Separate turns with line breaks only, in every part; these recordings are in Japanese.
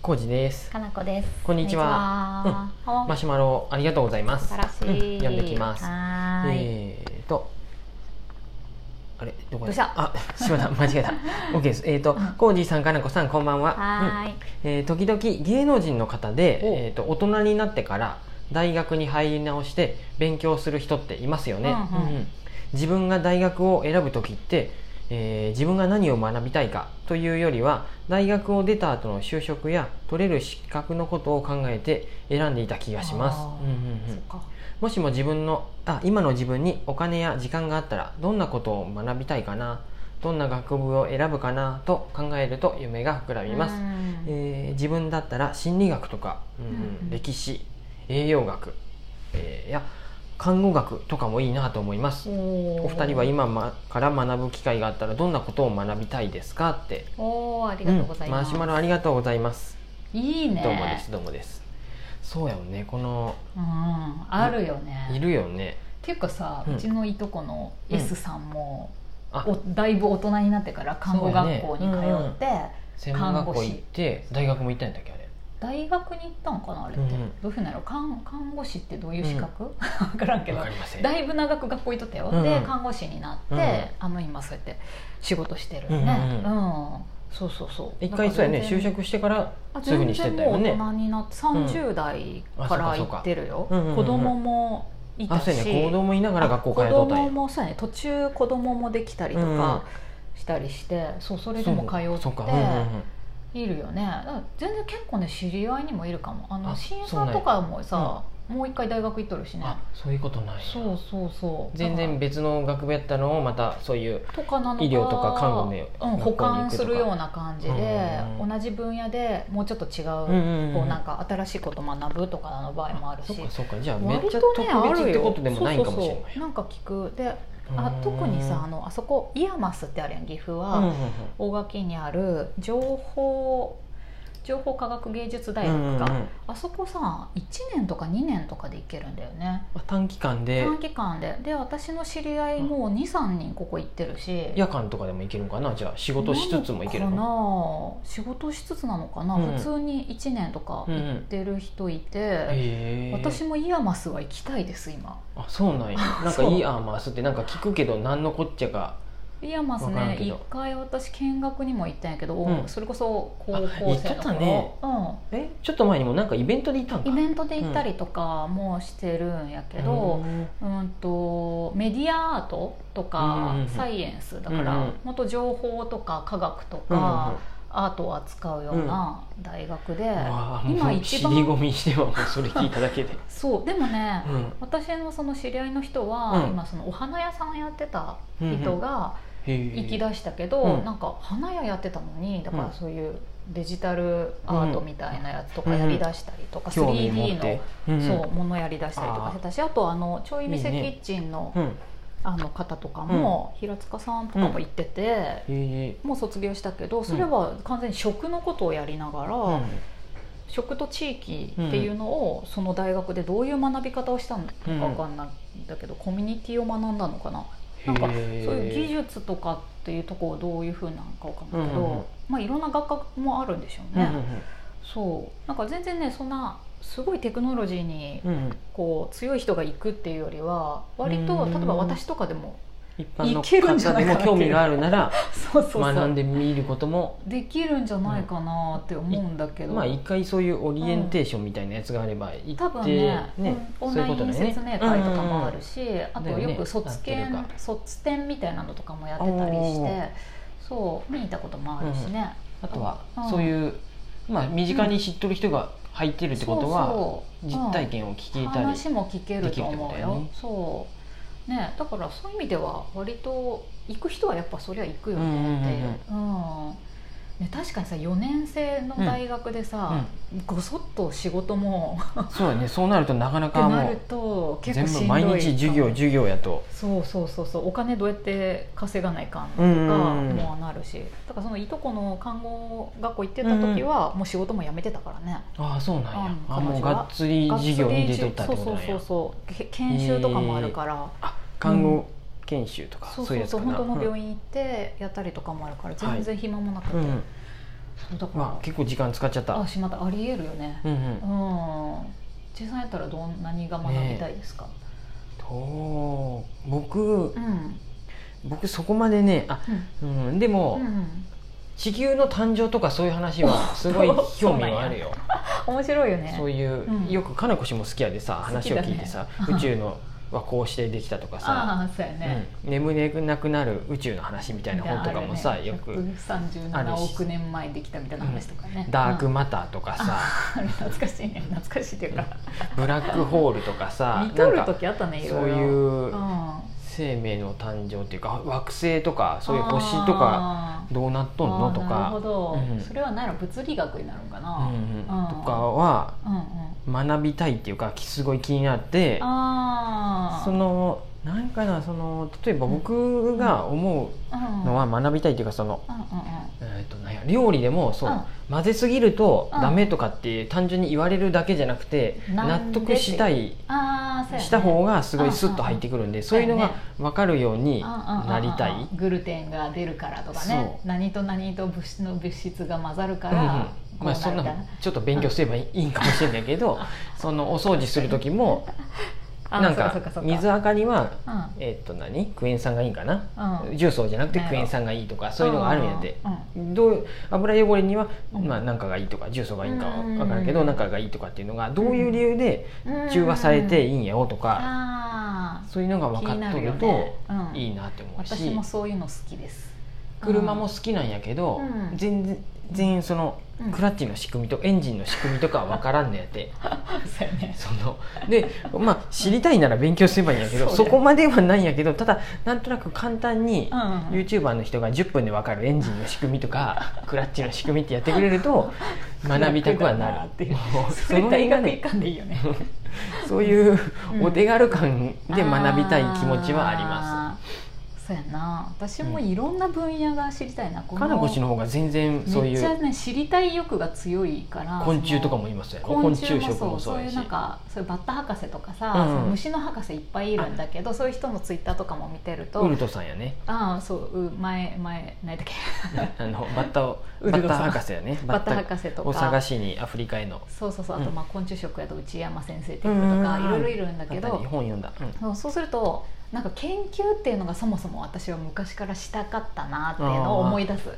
コウジです
かなこです。
こんにちは
は。お
マシュマロありがとうございます
素晴らしい。
うん読んできます
はーい。
えーとあれどこ
どうした
あしまった間違えた OK ですえーと
うん
コウジさんかなこさんこんばんは
はーい。
うんえー時々芸能人の方で、
お
えー、と大人になってから大学に入り直して勉強する人っていますよね、
うんうん
自分が大学を選ぶ時って、えー自分が何を学びたいかというよりは大学を出た後の就職や取れる資格のことを考えて選んでいた気がします、
あー
うんうんう
そ
ん
っか。
もしも自分のあ今の自分にお金や時間があったらどんなことを学びたいかなどんな学部を選ぶかなと考えると夢が膨らみます、
うん
えー自分だったら心理学とか、うんうん
うん
歴史栄養学、えーや看護学とかもいいなと思いますお
お
二人は。今、ま、から学ぶ機会があったらどんなことを学びたいですかって
おーありがとうございます。
うんマシュマロありがとうございます、
いいね。
どうもです。どうもですそうやもんねこの
うん、あるよね。
いるよね
っていうかさ、
うん
うちのいとこの
うん
S さんも、
あ
おだいぶ大人になってから看護学校に通
そうやね
って、
専門学校行って大学も行ったんだっけあれ
大学に行ったんかなあれって、
うんうん
どういうふうなの看看護師ってどういう資格、 分からんけど
わかりません
だいぶ長く学校行っとったよ、
うんうん
で看護師になって、
うんうん
あの今そうやって仕事してるね、
うんう
うんんそうそうそう
一回そうやね就
職
職してからそういうふうにしてたよね
全然もう大人になって30代から行ってるよ、
うんあそうかそうかうんうんうん
子供もい
あ
たし、
そうやね行動もいながら学校通っ
子
とったん
供
や
もそうやね途中子供もできたりとかしたりして、そうそれでも通って
そうか、うんうんうん
いるよねだから全然結構ね知り合いにもいるかもあ
あ
の新
そうなん
さ
や
んとかもさ、もう一回大学行っとるしね
あそういうことない
そうそうそう
全然別の学部やったのをまたそういう
だからとかなのか
医療とか看護の
うん、
学校に行くと
補
か
完するような感じで
うん、うんうん
同じ分野でもうちょっと違う,、
うんうんうん
こうなんか新しいこと学ぶとかの場合もあるし
そっかそっかじゃあめっ
割
ちゃ
とねあ
特別っ
る
てこ
よ
とでもないかもしれ
そう
な
そう
い
そうなんか聞くで
う
あ
ーん
特にさあのあそこイヤマスってあるやん岐阜は、
うんうんうん
大垣にある情報情報科学芸術大学
うんうんうん
か、あそこさ1年とか2年とかで行けるんだよね
あ短期間で
短期間でで私の知り合いも23人ここ行ってるし
夜間とかでも行けるんかなじゃあ仕事しつつも行ける
な
の
のかな仕事しつつなのかな、
うん
普通に1年とか
うんう
行
ん
ってる人いて、
へえ
私もイヤマスは行きたいです今
あそうなんやなんか
そう
いいアーマースってなんか聞くけど何のこっちゃか
イヤマス
わからん
ね
けど
一回私見学にも行ったんやけど、
うん
それこそ高校
あ行っと
生
っ
の
た
頃、
ね
うん
えちょっと前にもなんかイベントでいたんか
イベントで行ったりとかもしてるんやけど、うん、とメディアアートとか
うんうんうん
サイエンスだか
うんう
ら
ん
もっと情報とか科学と
うんうんうん
かアートを扱うような大学で
うわあも
今
う
一
尻込
番
みしてはもうそれ聞いただ けで
そうでもね
うん
私のその知り合いの人
う
は
ん
今そのお花屋さんやってた
うんう
人
ん
が
へえ
行き出したけ
う
ど
ん
なんか花屋やってたのにだか
うん
らそういうデジタルアートみたいなやつとかやりだしたりとか
興味持
3D
っ
の
てうんうん
そう物やりだしたりとかしてたしあとあのちょい店
い
キ
いね
ッチンの
うん
あの方とかも、平塚さんとかも行ってて、
へえ
もう卒業したけどそれは完全に食のことをやりながら、
うん
食と地域っていうのをその大学でどういう学び方をしたのか
うん
分かんないんだけど、コミュニティを学んだのかな。なんかそう
へえ
いう技術とかっていうとこをどういうふうなのかわかんないけど、
うんうんうん
まあいろんな学科もあるんでしょ
う
う
ん
ね、そうなんか全然ねそんなすごいテクノロジーに
うんうんうん
こう強い人が行くっていうよりは割
う
と
ん
例えば私とかでも
一般の
いけるんじ
方
ゃな
で
いかな
も
って
興
いう
味があるなら
そうそうそ
学ん
う
でみることも
できるんじゃないかなって思うんだけど、
まあ一回そういうオリエンテーションみたいなやつがあれば行
多
っ
分
て
ねうんオン
そうい
ラ
う
イ
こと
ン
だよ
説明会とかもあ
うんうんうん
るし、あと
だよね
よく卒
やって
検、
るか
卒展みたいなのとかもやってたりし
おー
てそう見に行ったこともあるしね、
あとは
うん
そういうまあ身近に知っとる人が入ってるってことは
そうそう
実体験を聞
うん
けたり
話も聞けると思うよ
できるって
そうねだからそういう意味では割と行く人はやっぱそりゃ行くよねっていう、うんね、確かにさ4年生の大学でさ、ごそっと仕事も
そうだねそうなるとなかな
って
か
な
も
る
う
と結
全
構しんど
部
い
毎日授業授業やと
そうそうそうそうお金どうやって稼がないかんとか
うんうんうん
もうなるしだからそのいとこの看護学校行ってた時はもう仕事も辞めてたからね、
ああそうなんや
うん
あもうがっつり授業に出とったってことなん
そうそう
や
そうそうけ研修とかもあるから、
あ看護研修とか
そ
そ
う
う
そ
いう
う
やつ
そう
かな
本当の
うん
病院行ってやったりとかもあるから
はい
全然暇もなくて、
うん
そうだから、
まあ、結構時間使っちゃった
あしまったありえるよね
うんう
うん
ん
千恵さんやったらどん何が学びたいですか、
と僕
うん
僕そこまでねあ、
うん
うん、でも、
うん
地球の誕生とかそういう話 はすごい興味はあるよ
面白いよね
そういう、
うん
よくかなこ氏も好きやでさ
好き
話を
だね
聞いてさ、宇宙のはこうしてできたとかさ、
ああそうやね、
うん、眠れなくなる宇宙の話みたいな本とかもさ、よくある
137
し
億年前にできたみたいな話とかね、
「ダーク
うん
マター」とかさ、
あれ懐かしいね懐かしいっていうか
ブラックホール」とかさ
見とる
なんか
時あったねい
そ
ろ
う
いろ
いう
うん
生命の誕生っていうか惑星とかそういう星とか
あー
どうなっとんのとか
あーなるほど、
うん
それは何やろ物理学になるんか
うん
な、
うんとか
あー
は
うん、うん
学びたいっていうかすごい気になって
ああ
そのなんかなその例えば僕が思うのは学びたいっていうかその、
うんうんう
えー、となんや料理でもそう、
うん
混ぜすぎると
うん
ダメとかって単純に言われるだけじゃなくて、
な
納
んで
得したい
んああそうやね
した方がすごいスッと入ってくるんで、そういうの
そう
が
やね
分かるように
うんうんうんうん
なりたい。
グルテンが出るからとか
そ
ね何と何と物質の物質が混ざるか
うんうん
らこう
まあ、
な
そん
るみ
な
たいな
ちょっと勉強すればいいんかもしれないけ どそのお掃除する時も
あ
なん
そうか
か
そうか
水あかには
うんうん
えっと何クエン酸がいいんかな
うん
重曹じゃなくて
なる
ク
ほど
エン酸がいいとかそういうのがあるんやで
うんうん
どう油汚れには、
うん
まあ、何かがいいとか重曹がいいんかは
うんうんうん
分かるけど何かがいいとかっていうのがどういう理由で中和されていいんやよとか
あ
そういうのが
あ
分
気
か
にな
っと
るよ
る
ね
と
うん
いいなって思う
私
し
もそういうの好きです
車も
好
好きなんやけど
うん
全然全員その
うん
クラッチの仕組みとエンジンの仕組みとかは分からんのやって。
きそうやね
そのでまあ知りたいなら勉強すればいいんやけど
そう
そ,、
だよ
こまではないんやけどただなんとなく簡単に
うんうんうん
YouTuber の人が10分で分かるエンジンの仕組みと かクラッチの仕組みってやってくれると学びたくは
楽だ
なる
っていう
もう
そ
そ
れ
の辺
大
が
学行
ね
かんでいいよね
そういう
うん
お手軽感で学びたい気持ちはあります。
すそうやな私もいろんな分野が知りたいな、こ
かなこ氏の方が全然そう
め
い
っちゃ
う
ね知りたい欲が強いから
昆虫とか
も
もいますよ
昆
昆虫
虫も
食
そ
も
う
そ
そう
う
い
や
う
し
なんかそういうバッタ博士とかさ、
うんうん
その虫の博士いっぱいいるんだけどそういう人のツイッターとかも見てると
ウルトさんやね
ああそうう前前何だっけ
あ のバッタを
ウ
バ
ル
ッ
ト
タ
さん
博士やね
バッタ博士とか
を探しにアフリカへの
そうそうそうあと、
うん
まあ、昆虫食やと内山先生っていう人とか
うん
いろいろいるんだけ
あった
ど
り本読んだ、うん
そうそうするとなんか研究っていうのがそもそも私は昔からしたかったなっていうのを思い出す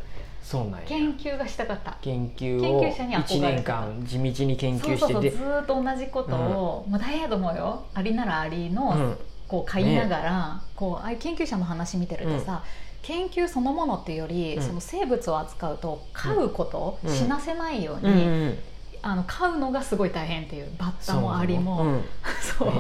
そうなんや
研究がしたかった
研究を
研究者に憧れて
1年間地道に研究し
そう
て
そうそう
て
ずーっと同じことを、もう大変やと思うよありならありの、
うん
こう買いながら、こうああいう研究者の話見てるとさ、研究そのものっていうより、
うん
その生物を扱うと飼うこと、
うん
死なせないよう
うんう
に、
ん
あの飼うのがすごい大変っていうバッ
そ
タ
う
もアリ
う
も、
ん
そう、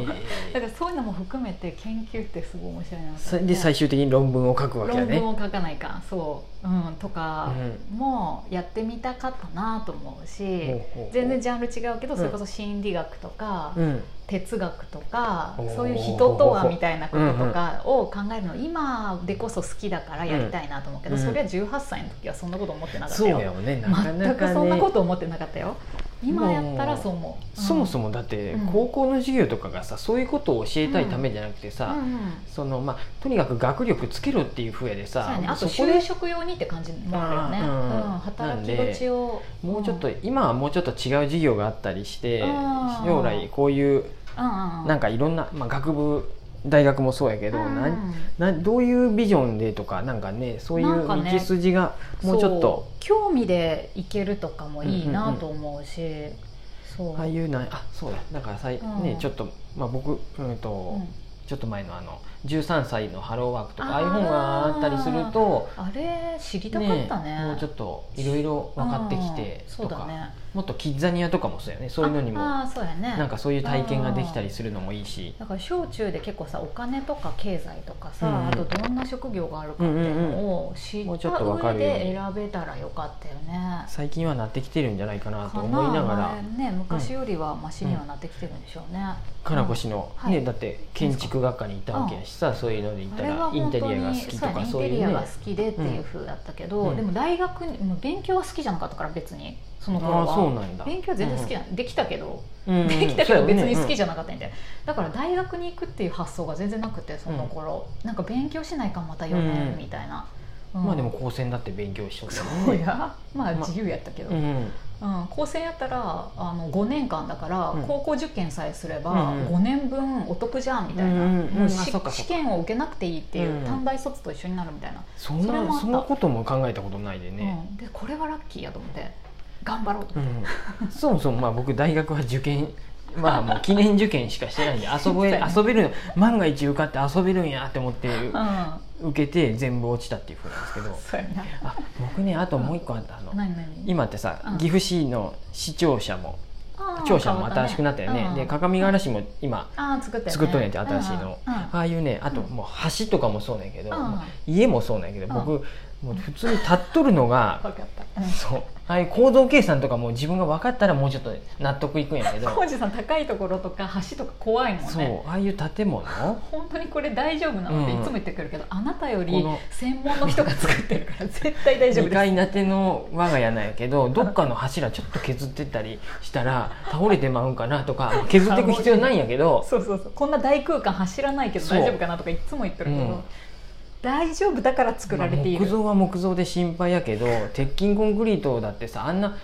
え
だからそういうのも含めて研究ってすごい面白いな
ー
と
そ
思
れ
って
で最終的に論文を書くわけや
論
ね
文を書かないかそう、うん、とかもやってみたかったなと思うし、全然
じ
ジャンル違うけど、
うん
それこそ心理学とか、
うん
哲学とか
おー
そういう人とはみたいなこととかを考えるの今でこそ好きだからやりたいなと思うけど、
うん
それは18歳の時はそんなこと思ってなかっ
そ
た
う
よ
やよねなかな
全く
か
そんな
ね
こと思ってなかったよ今やったらそう思う、
そもそ
も
もだって
うん
高校の授業とかがさそういうことを教えたいためじゃなくてさ、そのまあ、とにかく学力つけろっていうふうやで
そうや
さ
ね、あ
そ
と
こで
就職用にって感じもある
あ
よね、
ー
う
うん
ん働き口を
もうちょっと、
うん
今はもうちょっと違う授業があったりして
あー
将来こういう
うん
なんかいろんな、まあ、学部大学もそうやけど、
うん
なんなんどういうビジョンでとかなんかねそうい
なん
う
かね
道筋がもうちょっと、
そう興味でいけるとかもいいなと思うし、そう、
ああいうなあそうだだからさい、
うん
ねちょっと、まあ、僕、うん
う
と
ん
ちょっと前のあの13歳のハローワークとか
あー
ああいう本があったりすると。
あれ知りたかったね
もうちょっといろいろ分かってきて
うんそ
と
うだ
か、
ね
もっとキッザニアとかもそうやねそういうのにも
ああーそうやね
なんかそういう体験ができたりするのもいいし、
だから小中で結構さお金とか経済とかさ、
うん
あとどんな職業があるかっていうのを知
んうんも
っ
うちょったとわか
上
るように
で選べたらよかったよね。
最近はなってきてるんじゃないかなと
か
思いながら
まあね、昔よりはマシにはなってきてるんでしょうね。
かなこ氏の、
はい
ねだって建築学科にいたわけやしさ、そういうのでい
うん
た
あれは
らイン
本
テ
当
リアが
に
好きと
そうや
か
ねイン
そう
テ
いう
リアが
ね
好きでっていう風だったけど、
うん
でも大学にもう勉強は好きじゃなかったから別にその頃
ああ
は
そうなんだ
勉強全然好きじゃない、できたけど
うんうん
できたけど別に好き
じ
じゃなかったみたいな、だから大学に行くっていう発想が全然なくてその頃、なんか勉強しないかまた4
う
年
ん
みたいなうん
まあでも高専だって勉強しとったもん
そうやまあ
ま
自由やったけど、
う
うん
ん
高専やったらあの5年間だから、
うん
高校受験さえすれば、
うんうん
5年分お得じゃんみたいな、
うんうんうん
もう
あ
し
そっかそっか
試験を受けなくていいってい
う
う、
ん
短大卒と一緒になるみたいな、
そん
それもあ
な
った
そんなことも考えたことないでね、
うんでこれはラッキーやと思って頑張ろうと
う
思って、
んそもそもまあ僕大学は受 験まあもう記念受験しかしてないんで遊べ遊べる万が一受かって遊べるんやって思って
うん
受けて全部落ちたっていうふうなんですけど
そうやな
あ僕ねあともう一個あったあの
何何
今ってさ、
うん
岐阜市の市庁舎も
あー
庁舎も新しくなったよね
変わっ
で各務原市も今
あー作ったよね
作っとんやって新しいの、
うんうん
ああいうねあともう橋とかもそうなんやけど、
うん
もう家もそうなんやけど、
うん
僕もう普通に立っとるのが
わかったうん
そうああいう構造計算とかも自分が分かったらもうちょっと納得いくんやけど
浩二さん高いところとか橋とか怖いもん
そ
ね
うああいう建物
本当にこれ大丈夫なのっていつも言ってくるけど、あなたよ
こ
り
の
専門の人が作ってる から絶対大丈夫
2
です
階建ての我が家なんやけどどっかの柱ちょっと削ってったりしたら倒れてまうんかなとか削っていく必要ないんやけど
そうそうそうこんな大空間走らないけど
そう
大丈夫かなとかいつも言ってるけど、
うん
大丈夫だから作られてい
まあ木
る、
造は木造で心配やけど鉄筋コンクリートだってさあんな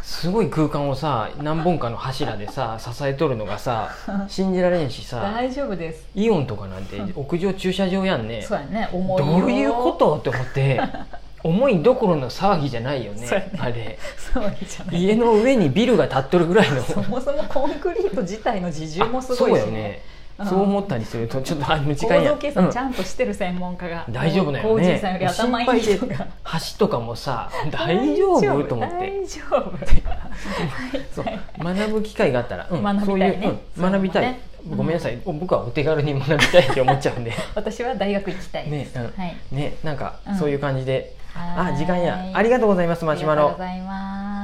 すごい空間をさ何本かの柱でさ支えとるのがさ信じられんしさ
大丈夫です
イオンとかなんて屋上駐車場やんね
そうやね重いよ
どういうことって思 って思いどころの騒ぎじゃないよね
そうやね
あれ
そうじゃない
家の上にビルが建っとるぐらいの
そもそもコンクリート自体の自重もす
そ
ご
う
い
よ
し
ね
うん
そう思ったりするとちょっとあの時
構
間や
造計
う
算
ん
ちゃんとしてる専門家が、
大丈夫だよ
浩
ね
二さんより頭いい人が
橋とかも さ大丈夫と思って
大丈夫
そう学ぶ機会があったら、うん
学
そう
び
いう
たいね、
うん学びたい、
そういうのもねうん
ごめんなさい、僕はお手軽に学びたいって思っちゃ うんで
私は大学行きたいです、
ねうん
はい
ねなんか
うん
そういう感じで、
は
あ
ーい
時間やありがとうございますマシュマロ
ありがとうございます